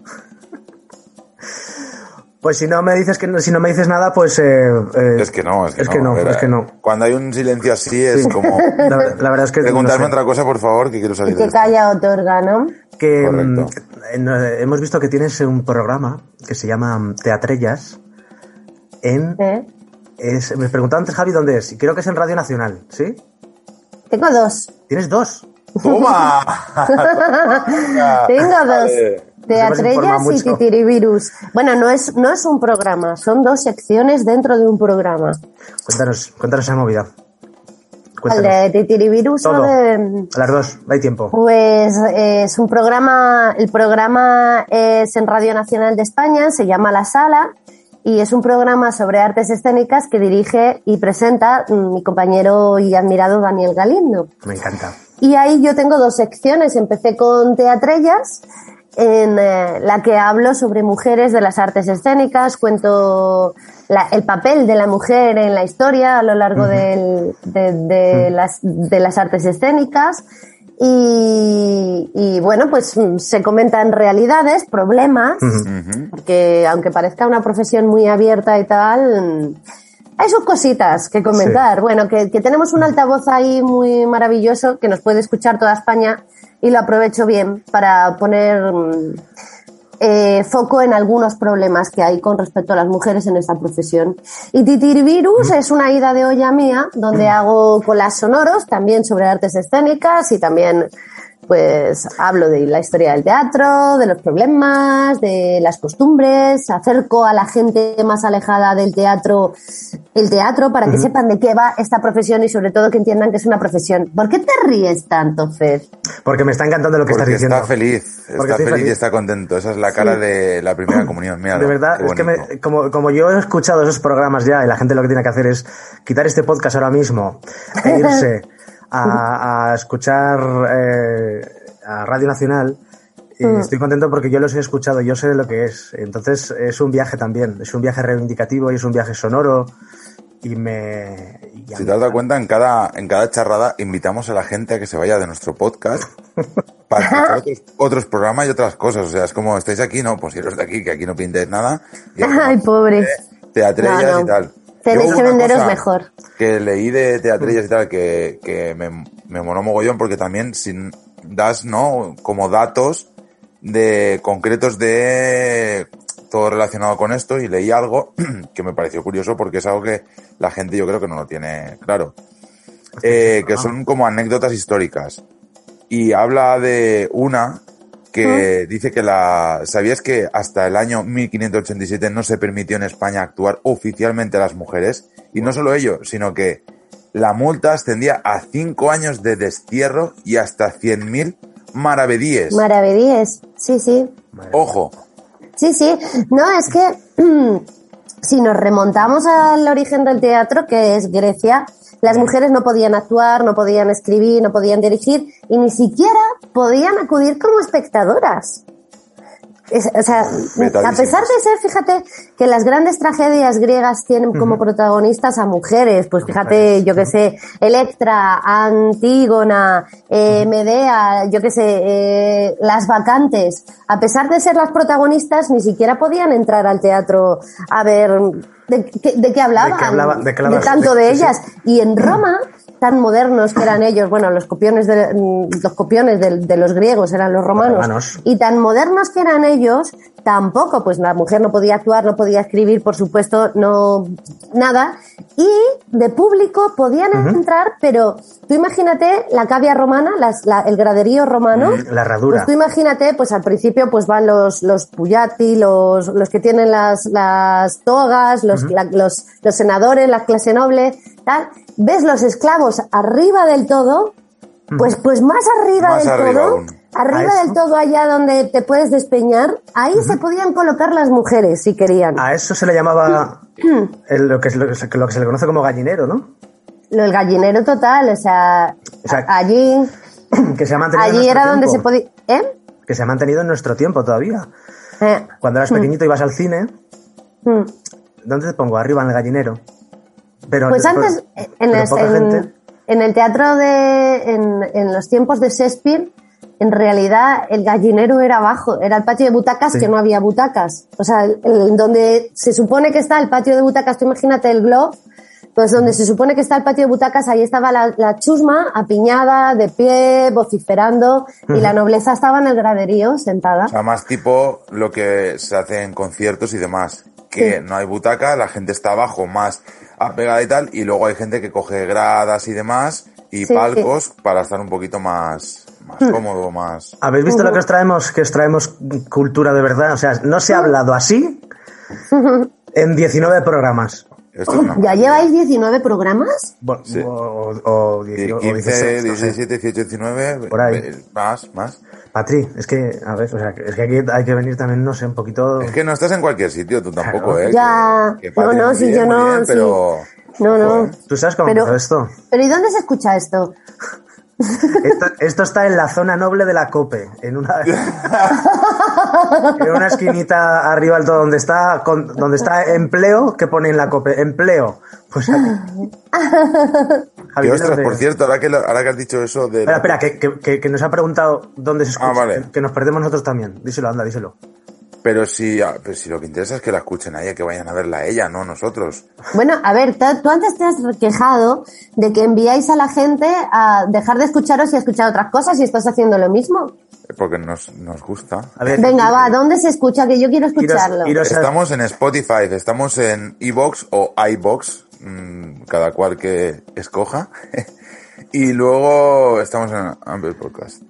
[SPEAKER 1] Pues si no me dices que no- si no me dices nada, pues eh, eh,
[SPEAKER 2] Es que no, es que no. a ver,
[SPEAKER 1] es que no.
[SPEAKER 2] Cuando hay un silencio así es
[SPEAKER 1] Sí.
[SPEAKER 2] como...
[SPEAKER 1] La, la verdad es que no
[SPEAKER 2] Preguntarme
[SPEAKER 1] sé.
[SPEAKER 2] otra cosa, por favor, que quiero
[SPEAKER 3] Y
[SPEAKER 2] salir de
[SPEAKER 3] que
[SPEAKER 2] esto.
[SPEAKER 3] calla otorga, ¿no?
[SPEAKER 1] que
[SPEAKER 2] Correcto.
[SPEAKER 1] mm, eh, no, eh, hemos visto que tienes un programa que se llama mm, Teatrellas en
[SPEAKER 3] ¿Eh?
[SPEAKER 1] es, me preguntaba antes Javi dónde es y creo que es en Radio Nacional ¿sí?
[SPEAKER 3] Tengo dos.
[SPEAKER 1] tienes dos
[SPEAKER 2] ¡Toma!
[SPEAKER 1] Ah,
[SPEAKER 3] Tengo dos.
[SPEAKER 1] informado
[SPEAKER 3] Teatrellas y
[SPEAKER 1] mucho.
[SPEAKER 3] Titirivirus. Bueno, no es, no es un programa, son dos secciones dentro de un programa.
[SPEAKER 1] cuéntanos cuéntanos esa movida
[SPEAKER 3] El
[SPEAKER 1] cuéntanos
[SPEAKER 3] de Titirivirus o
[SPEAKER 1] todo
[SPEAKER 3] de...
[SPEAKER 1] a las dos no hay tiempo
[SPEAKER 3] Pues eh, es un programa, el programa es en Radio Nacional de España, se llama La Sala y es un programa sobre artes escénicas que dirige y presenta mm, mi compañero y admirado Daniel Galindo.
[SPEAKER 1] me encanta
[SPEAKER 3] Y ahí yo tengo dos secciones. Empecé con Teatrellas, en eh, la que hablo sobre mujeres de las artes escénicas, cuento la- el papel de la mujer en la historia a lo largo del- de, de las, de las artes escénicas. Y, y, bueno, pues mm, se comentan realidades, problemas, porque aunque parezca una profesión muy abierta y tal, mm, hay sus cositas que comentar. Bueno, que, que tenemos un altavoz ahí muy maravilloso que nos puede escuchar toda España y lo aprovecho bien para poner mm, eh, foco en algunos problemas que hay con respecto a las mujeres en esta profesión. Y Titirvirus es una ida de olla mía donde hago colas sonoros también sobre artes escénicas y también pues hablo de la historia del teatro, de los problemas, de las costumbres, acerco a la gente más alejada del teatro el teatro para que sepan de qué va esta profesión y sobre todo que entiendan que es una profesión. ¿Por qué te ríes tanto, Fer?
[SPEAKER 1] Porque me está encantando lo que
[SPEAKER 2] Porque
[SPEAKER 1] estás diciendo.
[SPEAKER 2] está feliz,
[SPEAKER 1] Porque
[SPEAKER 2] está
[SPEAKER 1] estoy
[SPEAKER 2] feliz,
[SPEAKER 1] feliz.
[SPEAKER 2] y está contento. Esa es la cara de la primera comunión. Mira,
[SPEAKER 1] De verdad, es que me- eh, como, como yo he escuchado esos programas ya y la gente lo que tiene que hacer es quitar este podcast ahora mismo e irse a, a escuchar eh, a Radio Nacional. Y estoy contento porque yo los he escuchado, yo sé lo que es. Entonces es un viaje también, es un viaje reivindicativo y es un viaje sonoro. Y me. y a
[SPEAKER 2] Si
[SPEAKER 1] mí-
[SPEAKER 2] te has dado cuenta, en cada, en cada charrada invitamos a la gente a que se vaya de nuestro podcast para escuchar otros, otros programas y otras cosas. O sea, es como, estáis aquí, no, pues iros de aquí, que aquí no pintáis nada. Y
[SPEAKER 3] Ay, pobres.
[SPEAKER 2] Teatrellas
[SPEAKER 3] No, no.
[SPEAKER 2] Eh, y tal.
[SPEAKER 3] Tenéis
[SPEAKER 2] Yo
[SPEAKER 3] que
[SPEAKER 2] una
[SPEAKER 3] venderos
[SPEAKER 2] cosa
[SPEAKER 3] mejor.
[SPEAKER 2] Que leí de teatrellas y tal, que, que me, me moló mogollón, porque también sin, das, ¿no? Como datos de concretos de todo relacionado con esto y leí algo que me pareció curioso porque es algo que la gente yo creo que no lo tiene claro. Eh, que son como anécdotas históricas. Y habla de una que dice que la... ¿Sabías que hasta el año 1587 no se permitió en España actuar oficialmente a las mujeres? Y no solo ello, sino que la multa ascendía a cinco años de destierro y hasta 100.000 maravedíes.
[SPEAKER 3] Maravedíes. Sí, sí.
[SPEAKER 2] Ojo,
[SPEAKER 3] Sí, sí. No, es que mm, si nos remontamos al origen del teatro, que es Grecia, las mujeres no podían actuar, no podían escribir, no podían dirigir y ni siquiera podían acudir como espectadoras. Es- o sea,
[SPEAKER 2] Vetadísimas.
[SPEAKER 3] a pesar de ser, fíjate, que las grandes tragedias griegas tienen como protagonistas a mujeres, pues fíjate, yo que sé, Electra, Antígona, eh, Medea, yo que sé, eh, las vacantes, a pesar de ser las protagonistas, ni siquiera podían entrar al teatro a ver de, qué- de qué hablaban,
[SPEAKER 1] hablaba- de qué hablaban.
[SPEAKER 3] tanto
[SPEAKER 1] Sí,
[SPEAKER 3] de
[SPEAKER 1] sí.
[SPEAKER 3] ellas. Y en Roma, tan modernos que eran ellos, bueno, los copiones de, mm, los, copiones del- de, los griegos eran los romanos,
[SPEAKER 1] romanos.
[SPEAKER 3] y tan modernos que eran ellos, tampoco, pues la mujer no podía actuar, no podía escribir, por supuesto, no nada, y de público podían entrar, pero tú imagínate la cavia romana, las- la- el graderío romano,
[SPEAKER 1] La herradura.
[SPEAKER 3] pues tú imagínate, pues al principio pues van los, los puyati, los, los que tienen las, las togas, los, la- los, los senadores, la clase noble, tal. ¿Ves los esclavos arriba del todo? Pues, pues más arriba
[SPEAKER 2] Más
[SPEAKER 3] del
[SPEAKER 2] arriba
[SPEAKER 3] todo,
[SPEAKER 2] aún.
[SPEAKER 3] arriba
[SPEAKER 1] A
[SPEAKER 3] del
[SPEAKER 1] eso.
[SPEAKER 3] todo allá donde te puedes despeñar, ahí se podían colocar las mujeres si querían.
[SPEAKER 1] A eso se le llamaba el- lo, que, es- lo que se- lo que se le conoce como gallinero, ¿no?
[SPEAKER 3] Lo del gallinero total, o sea,
[SPEAKER 1] O sea,
[SPEAKER 3] a- allí,
[SPEAKER 1] Que se ha mantenido en
[SPEAKER 3] allí
[SPEAKER 1] nuestro
[SPEAKER 3] era donde se
[SPEAKER 1] tiempo.
[SPEAKER 3] podía, ¿eh?
[SPEAKER 1] Que se ha mantenido en nuestro tiempo todavía.
[SPEAKER 3] Eh,
[SPEAKER 1] Cuando eras pequeñito ibas al cine,
[SPEAKER 3] mm.
[SPEAKER 1] ¿dónde te pongo? Arriba en el gallinero. Pero,
[SPEAKER 3] Pues
[SPEAKER 1] pero-
[SPEAKER 3] antes, en,
[SPEAKER 1] pero
[SPEAKER 3] las-
[SPEAKER 1] poca
[SPEAKER 3] en-
[SPEAKER 1] gente-
[SPEAKER 3] en el teatro de. En, en los tiempos de Shakespeare, en realidad el gallinero era abajo, era el patio de butacas
[SPEAKER 1] Sí.
[SPEAKER 3] que no había butacas. O sea, el- el- donde se supone que está el patio de butacas, tú imagínate el globo, pues donde se supone que está el patio de butacas, ahí estaba la, la chusma apiñada, de pie, vociferando, y la nobleza estaba en el graderío, sentada.
[SPEAKER 2] o sea, más tipo lo que se hace en conciertos y demás. Que
[SPEAKER 3] Sí.
[SPEAKER 2] no hay butaca, la gente está abajo, más apegada y tal, y luego hay gente que coge gradas y demás, y
[SPEAKER 3] Sí, Hmm.
[SPEAKER 2] palcos para estar un poquito más, más cómodo, más...
[SPEAKER 1] ¿Habéis visto lo que os traemos? Que os traemos cultura de verdad. O sea, no se ha hablado así en 19 programas.
[SPEAKER 2] Esto es una
[SPEAKER 3] ¿Ya
[SPEAKER 2] maravilla.
[SPEAKER 3] lleváis 19 programas?
[SPEAKER 1] Bueno,
[SPEAKER 2] Sí.
[SPEAKER 1] O, o- o
[SPEAKER 2] Sí,
[SPEAKER 1] 18, o
[SPEAKER 2] 15,
[SPEAKER 1] 16, no sé.
[SPEAKER 2] 17, 18, 19,
[SPEAKER 1] Por ahí.
[SPEAKER 2] eh, más, más.
[SPEAKER 1] Patri, es que, a ver, o sea, es que aquí hay que venir también, no sé, un poquito.
[SPEAKER 2] Es que no estás en cualquier sitio, tú tampoco,
[SPEAKER 1] Claro.
[SPEAKER 2] ¿eh?
[SPEAKER 3] Ya.
[SPEAKER 2] Que- que padre,
[SPEAKER 3] No, no,
[SPEAKER 2] muy
[SPEAKER 3] sí,
[SPEAKER 2] bien,
[SPEAKER 3] yo
[SPEAKER 2] muy
[SPEAKER 3] no,
[SPEAKER 2] bien,
[SPEAKER 3] sí.
[SPEAKER 2] pero...
[SPEAKER 3] No, no.
[SPEAKER 2] Joder.
[SPEAKER 1] ¿Tú sabes cómo
[SPEAKER 3] Pero-
[SPEAKER 1] empezó esto?
[SPEAKER 3] ¿Pero y dónde se escucha esto?
[SPEAKER 1] esto? Esto está en la zona noble de la COPE, en una, En una esquinita arriba del todo donde está, con- donde está empleo, que pone en la cope, empleo. Pues aquí.
[SPEAKER 2] Que,
[SPEAKER 1] Javi,
[SPEAKER 2] ostras,
[SPEAKER 1] ¿dónde?
[SPEAKER 2] por cierto, ahora que, lo- ahora que has dicho eso de...
[SPEAKER 1] Espera, espera, que, que- que- que nos ha preguntado dónde se escucha,
[SPEAKER 2] Ah, vale.
[SPEAKER 1] que, que nos perdemos nosotros también. Díselo, anda, díselo.
[SPEAKER 2] Pero si, ah, pero si lo que interesa es que la escuchen a ella, que vayan a verla a ella, no nosotros.
[SPEAKER 3] Bueno, a ver, ta- tú antes te has quejado de que enviáis a la gente a dejar de escucharos y a escuchar otras cosas y estás haciendo lo mismo.
[SPEAKER 2] Porque nos, nos gusta.
[SPEAKER 1] A ver,
[SPEAKER 3] Venga, va, ¿dónde se escucha? Que yo quiero
[SPEAKER 1] iros-
[SPEAKER 3] escucharlo.
[SPEAKER 1] iros a-
[SPEAKER 2] Estamos en Spotify, estamos en Evox o iBox, mm, cada cual que escoja. y luego estamos en Apple Podcast.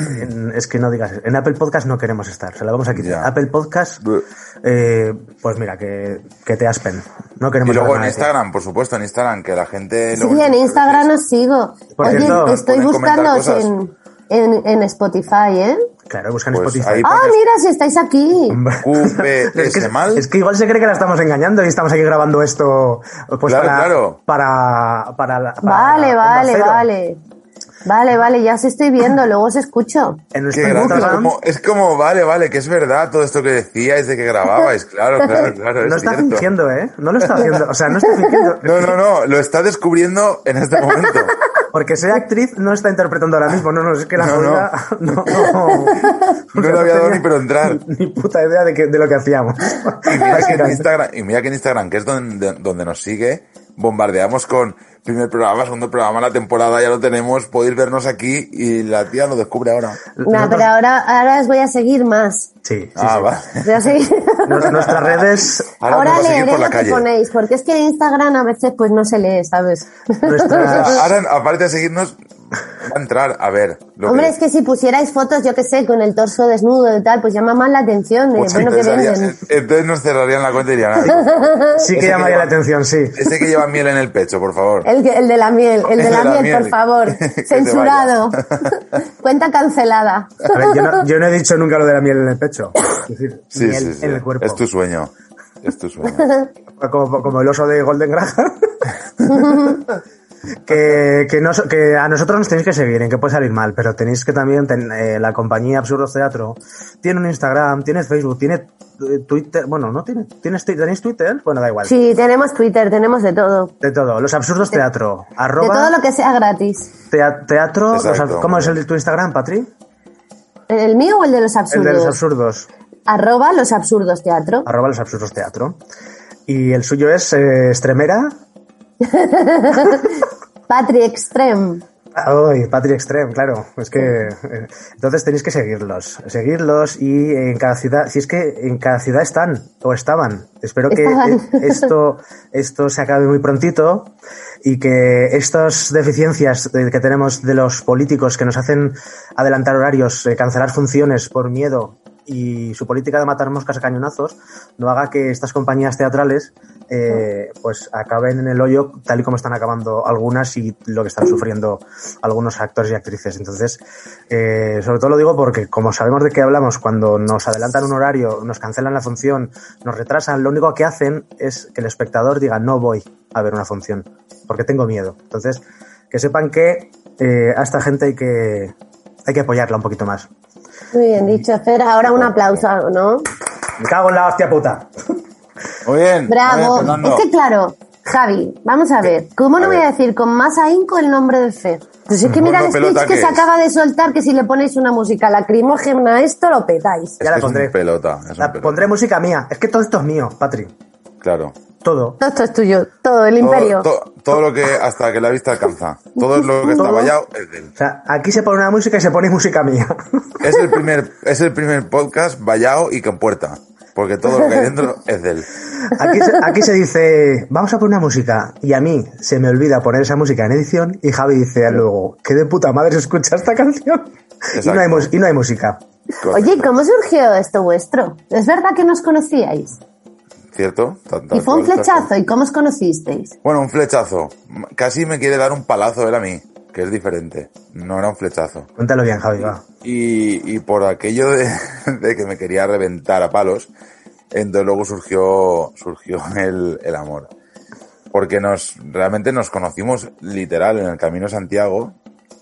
[SPEAKER 1] en- es que no digas, en Apple Podcast no queremos estar, se la vamos a quitar.
[SPEAKER 2] Ya.
[SPEAKER 1] Apple Podcast,
[SPEAKER 2] Bu-
[SPEAKER 1] eh, pues mira, que, que te aspen. No
[SPEAKER 2] Y
[SPEAKER 1] queremos saber
[SPEAKER 2] luego en
[SPEAKER 1] nada de ti.
[SPEAKER 2] Instagram, por supuesto, en Instagram, que la gente...
[SPEAKER 3] Sí,
[SPEAKER 2] luego
[SPEAKER 3] en
[SPEAKER 2] muchas
[SPEAKER 3] Instagram
[SPEAKER 2] veces-
[SPEAKER 3] os sigo.
[SPEAKER 1] Por
[SPEAKER 3] Oye,
[SPEAKER 1] cierto,
[SPEAKER 3] estoy
[SPEAKER 2] pueden comentar
[SPEAKER 3] buscándoos
[SPEAKER 2] cosas.
[SPEAKER 3] en, en, en Spotify, ¿eh?
[SPEAKER 1] Claro, buscan
[SPEAKER 2] Pues
[SPEAKER 1] Spotify.
[SPEAKER 2] ahí-
[SPEAKER 3] ¡Ah, mira, si estáis aquí!
[SPEAKER 2] QPS
[SPEAKER 1] es, que,
[SPEAKER 2] mal.
[SPEAKER 1] es que igual se cree que la estamos engañando y estamos aquí grabando esto pues
[SPEAKER 2] Claro,
[SPEAKER 1] para,
[SPEAKER 2] claro.
[SPEAKER 1] para para la- para
[SPEAKER 3] Vale,
[SPEAKER 1] Onda
[SPEAKER 3] vale,
[SPEAKER 1] Cero.
[SPEAKER 3] vale. Vale, vale, ya os estoy viendo, luego os escucho.
[SPEAKER 1] En
[SPEAKER 2] Qué
[SPEAKER 1] nuestro
[SPEAKER 2] gracioso, es
[SPEAKER 1] Instagram
[SPEAKER 2] como, es como, vale, vale, que es verdad todo esto que decíais de que grababais, claro, claro, claro,
[SPEAKER 1] no
[SPEAKER 2] es
[SPEAKER 1] está
[SPEAKER 2] cierto.
[SPEAKER 1] fingiendo, ¿eh? No lo está haciendo, o sea, no está fingiendo.
[SPEAKER 2] No, no, no, lo está descubriendo en este momento.
[SPEAKER 1] Porque sea actriz no está interpretando ahora mismo, no, no, es que la
[SPEAKER 2] No,
[SPEAKER 1] jodida... No,
[SPEAKER 2] No le había dado ni pero entrar.
[SPEAKER 1] Ni puta idea de, que- de lo que hacíamos.
[SPEAKER 2] Y mira que en Instagram, y mira que, en Instagram, que es donde, donde nos sigue, bombardeamos con primer programa, segundo programa, la temporada ya lo tenemos, podéis vernos aquí y la tía lo descubre ahora.
[SPEAKER 3] No, pero ahora, ahora os voy a seguir más.
[SPEAKER 1] Sí, sí,
[SPEAKER 2] ah,
[SPEAKER 1] sí.
[SPEAKER 2] vale.
[SPEAKER 3] Os voy a seguir.
[SPEAKER 1] Nos- nuestras redes,
[SPEAKER 2] Ahora,
[SPEAKER 3] Ahora,
[SPEAKER 2] vamos a seguir
[SPEAKER 3] leeré
[SPEAKER 2] por la
[SPEAKER 3] lo que
[SPEAKER 2] calle.
[SPEAKER 3] ponéis, porque es que Instagram a veces pues no se lee, ¿sabes?
[SPEAKER 1] nuestras...
[SPEAKER 2] Ah, Ahora, aparte de seguirnos, va a entrar a ver. Lo
[SPEAKER 3] Hombre, es que si pusierais fotos, yo qué sé, con el torso desnudo y tal, pues llama más la atención. de,
[SPEAKER 2] Pues
[SPEAKER 3] bueno, que
[SPEAKER 2] entonces, haría-
[SPEAKER 3] venden.
[SPEAKER 2] entonces nos cerrarían la cuenta y dirían, "Ah,
[SPEAKER 1] Sí que
[SPEAKER 2] Ese que
[SPEAKER 1] llamaría la
[SPEAKER 2] lleva-
[SPEAKER 1] atención, sí.
[SPEAKER 2] ese que lleva miel en el pecho, por favor.
[SPEAKER 3] El, que- el de la miel, el de la, miel, por favor.
[SPEAKER 2] Que se
[SPEAKER 3] Censurado.
[SPEAKER 2] vaya.
[SPEAKER 3] Cuenta cancelada.
[SPEAKER 1] A ver, yo, no, yo no he dicho nunca lo de la miel en el pecho. Es decir,
[SPEAKER 2] Sí,
[SPEAKER 1] miel
[SPEAKER 2] sí, sí.
[SPEAKER 1] en el cuerpo.
[SPEAKER 2] Es tu sueño. Es tu sueño.
[SPEAKER 1] como, como el oso de Golden Graham. que, que, nos- que a nosotros nos tenéis que seguir, en que puede salir mal, pero tenéis que también ten- eh, la compañía Absurdo Teatro tiene un Instagram, tiene Facebook, tiene eh, Twitter, bueno, no tiene, tienes ti- tenéis Twitter, bueno, da igual.
[SPEAKER 3] Sí, tenemos Twitter, tenemos de todo.
[SPEAKER 1] De todo, los absurdos teatro,
[SPEAKER 3] De
[SPEAKER 1] arroba
[SPEAKER 3] todo lo que sea gratis.
[SPEAKER 1] tea- teatro, los ab-
[SPEAKER 2] Exacto,
[SPEAKER 1] ¿cómo
[SPEAKER 2] muy
[SPEAKER 1] es el de tu Instagram, Patri?
[SPEAKER 3] ¿El mío o el de los
[SPEAKER 1] El
[SPEAKER 3] absurdos?
[SPEAKER 1] de los absurdos,
[SPEAKER 3] Arroba los absurdos teatro.
[SPEAKER 1] arroba los absurdos teatro. Y el suyo es eh, Estremera,
[SPEAKER 3] Patri Extreme.
[SPEAKER 1] Ay, Patri Extreme, claro. Es que eh, entonces tenéis que seguirlos, seguirlos y en cada ciudad, si es que en cada ciudad están o estaban. Espero que
[SPEAKER 3] Estaban.
[SPEAKER 1] eh, esto esto se acabe muy prontito y que estas deficiencias de- que tenemos de los políticos que nos hacen adelantar horarios, eh, cancelar funciones por miedo y su política de matar moscas a cañonazos no haga que estas compañías teatrales eh, pues acaben en el hoyo tal y como están acabando algunas y lo que están sufriendo algunos actores y actrices. Entonces, eh, sobre todo lo digo porque como sabemos de qué hablamos, cuando nos adelantan un horario, nos cancelan la función, nos retrasan, lo único que hacen es que el espectador diga no voy a ver una función porque tengo miedo. Entonces, que sepan que eh, a esta gente hay que, hay que apoyarla un poquito más.
[SPEAKER 3] Muy bien dicho, Fer. Ahora un aplauso, ¿no?
[SPEAKER 1] Me cago en la hostia puta.
[SPEAKER 2] Muy bien.
[SPEAKER 3] Bravo.
[SPEAKER 2] muy bien, Fernando. Eh,
[SPEAKER 3] es que claro, Javi, vamos a ver. ¿Cómo no
[SPEAKER 2] A
[SPEAKER 3] voy
[SPEAKER 2] ver.
[SPEAKER 3] a decir con más ahínco el nombre de Fer? Pues es que mirad
[SPEAKER 2] Bueno,
[SPEAKER 3] el
[SPEAKER 2] pelota
[SPEAKER 3] speech que
[SPEAKER 2] que
[SPEAKER 3] se
[SPEAKER 2] es.
[SPEAKER 3] acaba de soltar, que si le ponéis una música lacrimógena a esto, lo petáis.
[SPEAKER 2] Es
[SPEAKER 1] Ya la
[SPEAKER 2] que es un
[SPEAKER 1] pondré.
[SPEAKER 2] pelota. es un
[SPEAKER 1] La-
[SPEAKER 2] pelota.
[SPEAKER 1] pondré música mía. Es que todo esto es mío, Patri.
[SPEAKER 2] Claro.
[SPEAKER 1] Todo.
[SPEAKER 3] Todo esto es tuyo, todo el imperio.
[SPEAKER 2] Todo, to- todo lo que hasta que la vista alcanza. Todo lo que está
[SPEAKER 1] Todo.
[SPEAKER 2] vallado es de él.
[SPEAKER 1] O sea, aquí se pone una música y se pone música mía.
[SPEAKER 2] Es el primer, es el primer podcast vallado y con puerta. Porque todo lo que hay dentro es de él.
[SPEAKER 1] Aquí se, aquí se dice, vamos a poner una música. Y a mí se me olvida poner esa música en edición. Y Javi dice luego, ¿qué de puta madre se escucha esta canción? Y no, hay, mus- y no hay música.
[SPEAKER 3] Oye, ¿y ¿cómo surgió esto vuestro? ¿Es verdad que nos conocíais?
[SPEAKER 2] ¿Cierto? Tal- tal
[SPEAKER 3] Y fue un
[SPEAKER 2] cual, tal cual.
[SPEAKER 3] flechazo, ¿y cómo os conocisteis?
[SPEAKER 2] Bueno, un flechazo. M- Casi me quiere dar un palazo él a mí, que es diferente. No era un flechazo.
[SPEAKER 1] Cuéntalo bien, Javi, va.
[SPEAKER 2] Y, y por aquello de, de que me quería reventar a palos, entonces luego surgió, surgió el, el amor. Porque nos, realmente nos conocimos literal en el Camino de Santiago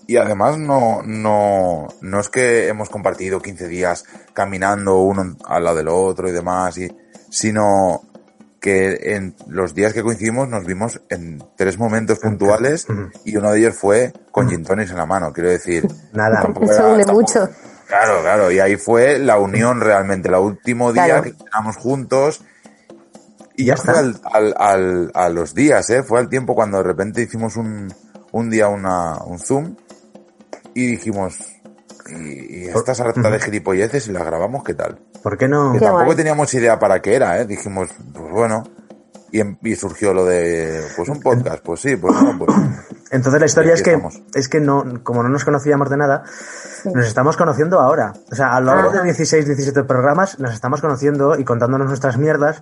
[SPEAKER 2] Y además no, no, no es que hemos compartido 15 días caminando uno al lado del otro y demás, y, sino que en los días que coincidimos nos vimos en tres momentos puntuales
[SPEAKER 1] Ujú.
[SPEAKER 2] y uno de ellos fue con gin tonics en la mano, quiero decir.
[SPEAKER 1] Nada.
[SPEAKER 2] tampoco
[SPEAKER 3] Eso
[SPEAKER 2] era-
[SPEAKER 3] une
[SPEAKER 2] tampoco-
[SPEAKER 3] mucho.
[SPEAKER 2] Claro, claro, y ahí fue la unión realmente, el último día
[SPEAKER 3] Claro.
[SPEAKER 2] que cenamos juntos y
[SPEAKER 1] Ya
[SPEAKER 2] ya fue al, al- al- a los días, ¿eh? fue al tiempo cuando de repente hicimos un, un día una, un Zoom y dijimos, y, y esta sarta de gilipolleces y la grabamos, ¿qué tal?
[SPEAKER 1] ¿Por qué no?
[SPEAKER 2] Que
[SPEAKER 3] Qué
[SPEAKER 2] tampoco
[SPEAKER 3] guay.
[SPEAKER 2] teníamos idea para qué era, ¿eh? dijimos, pues bueno, y, em- y surgió lo de, pues un podcast, pues sí, pues no, pues...
[SPEAKER 1] Entonces la historia
[SPEAKER 2] Aquí
[SPEAKER 1] es que,
[SPEAKER 2] estamos.
[SPEAKER 1] es que no, como no nos conocíamos de nada,
[SPEAKER 3] Sí.
[SPEAKER 1] nos estamos conociendo ahora. O sea, a lo largo
[SPEAKER 3] Ajá.
[SPEAKER 1] de 16, 17 programas nos estamos conociendo y contándonos nuestras mierdas.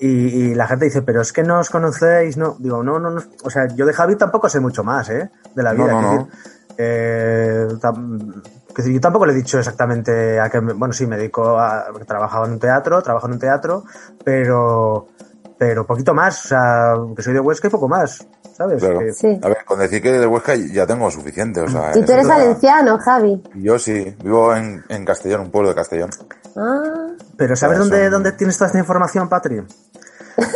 [SPEAKER 1] Y, y la gente dice, pero es que no os conocéis, no. Digo, no, no, no. O sea, yo de Javi tampoco sé mucho más, ¿eh? De la
[SPEAKER 2] No,
[SPEAKER 1] vida.
[SPEAKER 2] no,
[SPEAKER 1] quiero
[SPEAKER 2] no.
[SPEAKER 1] decir, eh, tam- quiero decir, yo tampoco le he dicho exactamente a qué. me- Bueno, sí, me dedico a. Trabajaba en un teatro, trabajo en un teatro, pero. Pero poquito más. O sea, que soy de Huesca y poco más, ¿sabes?
[SPEAKER 2] Claro.
[SPEAKER 1] Que-
[SPEAKER 3] Sí.
[SPEAKER 2] A ver, con decir que de Huesca ya tengo suficiente, o sea...
[SPEAKER 3] Y tú
[SPEAKER 2] eso
[SPEAKER 3] eres
[SPEAKER 2] ya-
[SPEAKER 3] valenciano, Javi.
[SPEAKER 2] Yo sí, vivo en, en Castellón, un pueblo de Castellón.
[SPEAKER 3] Ah,
[SPEAKER 1] Pero ¿sabes
[SPEAKER 2] Claro,
[SPEAKER 1] dónde,
[SPEAKER 2] son-
[SPEAKER 1] dónde tienes toda esta información, Patri? En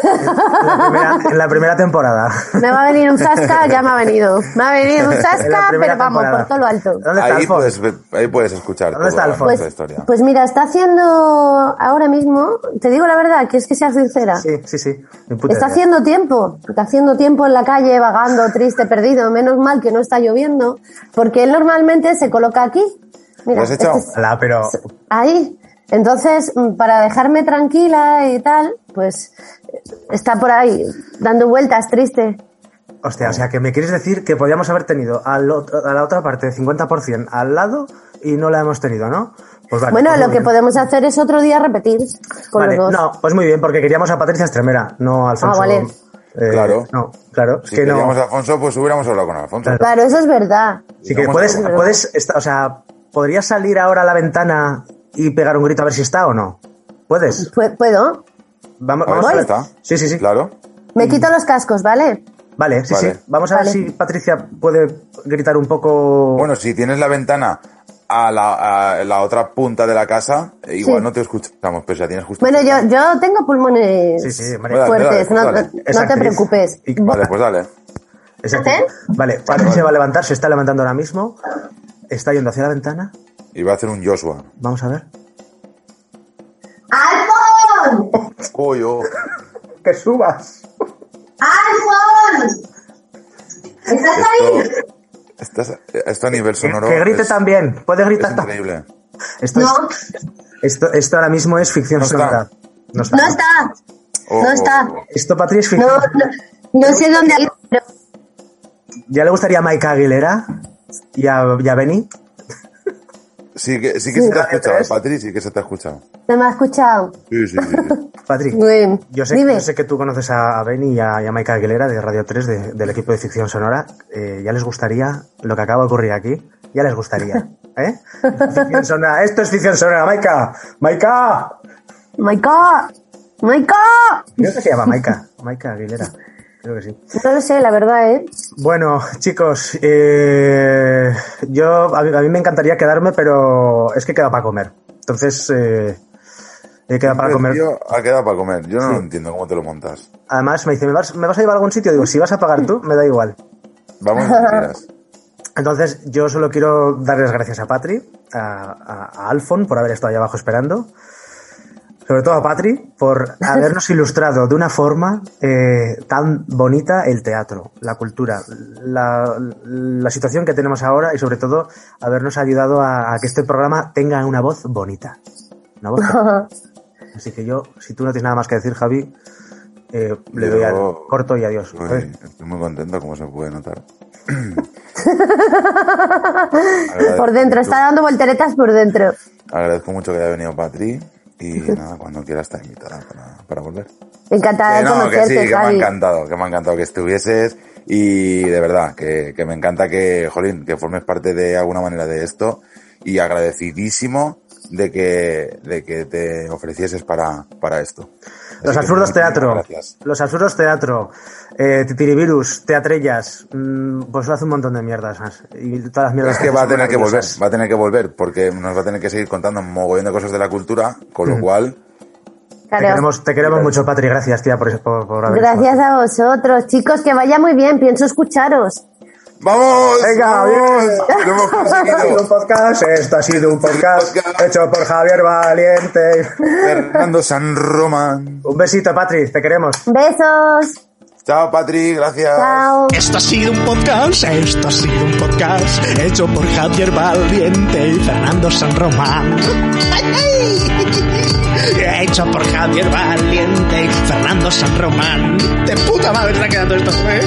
[SPEAKER 1] la primera, en la primera temporada.
[SPEAKER 3] me va a venir un zasca, ya me ha venido. Me ha venido un
[SPEAKER 1] En la
[SPEAKER 3] zasca,
[SPEAKER 1] primera
[SPEAKER 3] pero vamos,
[SPEAKER 1] temporada.
[SPEAKER 3] por todo lo alto.
[SPEAKER 1] ¿Dónde está
[SPEAKER 2] Ahí pues,
[SPEAKER 1] Alfon?
[SPEAKER 2] puedes, ver- ahí puedes escuchar
[SPEAKER 1] ¿Dónde está
[SPEAKER 2] toda
[SPEAKER 1] Alfonso?
[SPEAKER 2] nuestra
[SPEAKER 3] Pues,
[SPEAKER 2] historia.
[SPEAKER 3] pues mira, está haciendo ahora mismo, te digo la verdad, que es que sea sincera.
[SPEAKER 1] Sí, sí, sí. Ni puta
[SPEAKER 3] Está
[SPEAKER 1] idea.
[SPEAKER 3] haciendo tiempo, está haciendo tiempo en la calle, vagando, triste, perdido. Menos mal que no está lloviendo, porque él normalmente se coloca aquí. Mira,
[SPEAKER 2] ¿Lo has echado?
[SPEAKER 3] este es-
[SPEAKER 1] Ala, pero
[SPEAKER 3] ahí. Entonces, mm, para dejarme tranquila y tal, pues eh, está por ahí, dando vueltas, triste.
[SPEAKER 1] hostia, o sea, que me quieres decir que podíamos haber tenido al otro- a la otra parte 50% al lado y no la hemos tenido, ¿no? Pues vale,
[SPEAKER 3] Bueno,
[SPEAKER 1] pues
[SPEAKER 3] lo
[SPEAKER 1] muy
[SPEAKER 3] que
[SPEAKER 1] bien.
[SPEAKER 3] podemos hacer es otro día repetir con
[SPEAKER 1] Vale,
[SPEAKER 3] los dos.
[SPEAKER 1] no, pues muy bien, porque queríamos a Patricia Estremera, no a Alfonso.
[SPEAKER 3] Ah, vale.
[SPEAKER 1] eh,
[SPEAKER 2] Claro.
[SPEAKER 1] No, claro, es
[SPEAKER 2] Si
[SPEAKER 1] que no.
[SPEAKER 2] queríamos a Alfonso, pues hubiéramos hablado con Alfonso.
[SPEAKER 1] Claro.
[SPEAKER 3] Claro, eso es verdad.
[SPEAKER 1] Sí que
[SPEAKER 2] Vamos
[SPEAKER 1] puedes,
[SPEAKER 2] a-
[SPEAKER 1] puedes esta- o sea, ¿podrías salir ahora a la ventana y pegar un grito a ver si está o no? ¿Puedes?
[SPEAKER 3] Pu- ¿Puedo?
[SPEAKER 1] Vamos,
[SPEAKER 2] A ver
[SPEAKER 1] vamos
[SPEAKER 2] si
[SPEAKER 1] a
[SPEAKER 2] está.
[SPEAKER 1] Sí, sí, sí.
[SPEAKER 2] Claro.
[SPEAKER 3] Me quito los cascos, ¿vale?
[SPEAKER 1] Vale, sí,
[SPEAKER 2] Vale.
[SPEAKER 1] sí. Vamos a ver
[SPEAKER 3] Vale.
[SPEAKER 1] si Patricia puede gritar un poco.
[SPEAKER 2] Bueno, si tienes la ventana a la, a la otra punta de la casa, eh, igual no te escuchamos, pero si la tienes justo.
[SPEAKER 3] Bueno, yo, yo tengo pulmones
[SPEAKER 1] Sí, sí, María.
[SPEAKER 2] Bueno, dale,
[SPEAKER 3] fuertes,
[SPEAKER 2] dale,
[SPEAKER 3] no,
[SPEAKER 2] dale.
[SPEAKER 3] no-
[SPEAKER 1] Es
[SPEAKER 3] no te
[SPEAKER 1] actriz.
[SPEAKER 3] preocupes.
[SPEAKER 1] Y-
[SPEAKER 2] Vale, pues dale.
[SPEAKER 1] Exacto.
[SPEAKER 3] ¿Eh?
[SPEAKER 1] Vale, Patricia va a levantar, se está levantando ahora mismo. Está yendo hacia la ventana.
[SPEAKER 2] Y va a hacer un Joshua.
[SPEAKER 1] Vamos a ver.
[SPEAKER 7] ¡Alfon!
[SPEAKER 2] Uy, oh.
[SPEAKER 1] ¡Que subas!
[SPEAKER 7] ¡Alfon! ¿Estás ahí?
[SPEAKER 2] Esto, estás- esto a nivel
[SPEAKER 1] Que,
[SPEAKER 2] sonoro.
[SPEAKER 1] que grite
[SPEAKER 2] es,
[SPEAKER 1] también. Puede
[SPEAKER 2] es
[SPEAKER 1] gritar también.
[SPEAKER 2] increíble.
[SPEAKER 1] Esto,
[SPEAKER 7] No,
[SPEAKER 1] es- esto, esto ahora mismo es ficción
[SPEAKER 2] No está.
[SPEAKER 1] sonora. No está.
[SPEAKER 3] No está,
[SPEAKER 2] Oh,
[SPEAKER 3] No
[SPEAKER 2] oh,
[SPEAKER 3] está.
[SPEAKER 2] oh.
[SPEAKER 1] Esto, Patri, es
[SPEAKER 3] no,
[SPEAKER 1] ficción.
[SPEAKER 3] no, no sé dónde ha ido, pero
[SPEAKER 1] ¿Ya le gustaría a Mike Aguilera? ¿Y a, y a Benny?
[SPEAKER 2] Sí que, sí que
[SPEAKER 3] Sí.
[SPEAKER 2] se te ha
[SPEAKER 1] Radio
[SPEAKER 2] escuchado,
[SPEAKER 1] 3.
[SPEAKER 2] Patri, sí que se te ha escuchado.
[SPEAKER 3] no me ha escuchado.
[SPEAKER 2] Sí, sí, sí. sí.
[SPEAKER 1] Patri,
[SPEAKER 3] Muy bien.
[SPEAKER 1] yo sé,
[SPEAKER 3] Dime.
[SPEAKER 1] yo sé que tú conoces a, a Benny y a, y a Mike Aguilera de Radio 3, de- del equipo de ficción sonora. Eh, ya les gustaría lo que acaba de ocurrir aquí. Ya les gustaría. ¿eh? Ficción sonora. Esto es ficción sonora, Maika. Maika.
[SPEAKER 3] ¡Maika! ¡Maika!
[SPEAKER 1] Creo que se llama Maika. Maika Aguilera. Creo que sí.
[SPEAKER 3] No lo sé, la verdad, ¿eh?
[SPEAKER 1] Bueno, chicos, eh, yo a mí, a mí me encantaría quedarme, pero es que queda para comer. Entonces, eh, he quedado para
[SPEAKER 2] El
[SPEAKER 1] comer.
[SPEAKER 2] tío ha quedado para comer. Yo no lo entiendo cómo te lo montas.
[SPEAKER 1] Además, me dice, ¿me vas, me vas a llevar a algún sitio? Digo, si vas a pagar tú, me da igual.
[SPEAKER 2] Vamos a mentiras.
[SPEAKER 1] Entonces, yo solo quiero darles gracias a Patri, a, a- a Alfon por haber estado ahí abajo esperando, sobre todo a Patri por habernos ilustrado de una forma eh, tan bonita el teatro, la cultura, la, la situación que tenemos ahora y sobre todo habernos ayudado a, a que este programa tenga una voz bonita. Una voz Así que yo, si tú no tienes nada más que decir, Javi, eh, le
[SPEAKER 2] Yo-
[SPEAKER 1] doy al corto y adiós.
[SPEAKER 2] Uy,
[SPEAKER 1] ¿sabes?
[SPEAKER 2] estoy muy contento, como se puede notar.
[SPEAKER 3] Por dentro, está dando volteretas por dentro.
[SPEAKER 2] Agradezco mucho que haya venido Patri. Y nada, cuando quiera está invitada para, para volver.
[SPEAKER 3] Encantada
[SPEAKER 2] Que
[SPEAKER 3] de
[SPEAKER 2] no, que sí,
[SPEAKER 3] conocerte,
[SPEAKER 2] que me ha
[SPEAKER 3] Javi.
[SPEAKER 2] encantado, que me ha encantado que estuvieses. Y de verdad, que, que me encanta que, jolín, que formes parte de alguna manera de esto. Y agradecidísimo de que, de que te ofrecieses para, para esto.
[SPEAKER 1] Los
[SPEAKER 2] que
[SPEAKER 1] absurdos
[SPEAKER 2] muchísimas
[SPEAKER 1] teatro.
[SPEAKER 2] gracias.
[SPEAKER 1] Los absurdos teatro. Eh, Titirivirus, teatrellas. mm, pues hace un montón de mierdas más. Y todas las mierdas
[SPEAKER 2] Es que va a
[SPEAKER 1] son
[SPEAKER 2] tener que volver,
[SPEAKER 1] maravillosas.
[SPEAKER 2] va a tener que volver, porque nos va a tener que seguir contando un mogollón de cosas de la cultura, con
[SPEAKER 1] Mm.
[SPEAKER 2] lo cual,
[SPEAKER 1] Te
[SPEAKER 3] Claro.
[SPEAKER 1] queremos, te queremos mucho, Patri. Gracias, tía, por, por, por haber
[SPEAKER 3] Gracias a vosotros, chicos, que vaya muy bien, pienso escucharos.
[SPEAKER 2] ¡vamos!
[SPEAKER 1] Venga,
[SPEAKER 2] ¡Vamos!
[SPEAKER 1] bien.
[SPEAKER 2] ¡Lo hemos
[SPEAKER 1] Ha sido un
[SPEAKER 2] conseguido!
[SPEAKER 1] podcast, esto ha sido un podcast
[SPEAKER 2] Podcast.
[SPEAKER 1] hecho por Javier Valiente.
[SPEAKER 2] Fernando San Román.
[SPEAKER 1] Un besito, Patri, te queremos.
[SPEAKER 3] Besos,
[SPEAKER 2] Chao, Patri, gracias.
[SPEAKER 3] chao.
[SPEAKER 8] Esto ha sido un podcast, esto ha sido un podcast hecho por Javier Valiente y Fernando San Román. Hecho por Javier Valiente y Fernando San Román. De puta madre está quedando esto, ¿eh?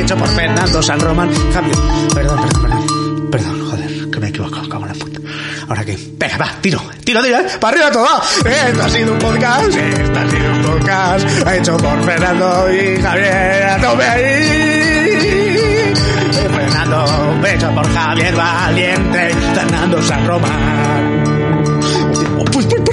[SPEAKER 8] Hecho por Fernando San Román. Javier, perdón, perdón, perdón. Perdón, joder, que me he equivocado, cago en la puta. Ahora que, venga, va, tiro, tiro, tiro, ¿eh? para arriba todo. va. Esto ha sido un podcast, esto ha sido un podcast hecho por Fernando y Javier. A tope ahí. Fernando, hecho por Javier Valiente, Fernando San Román. Pues, pues,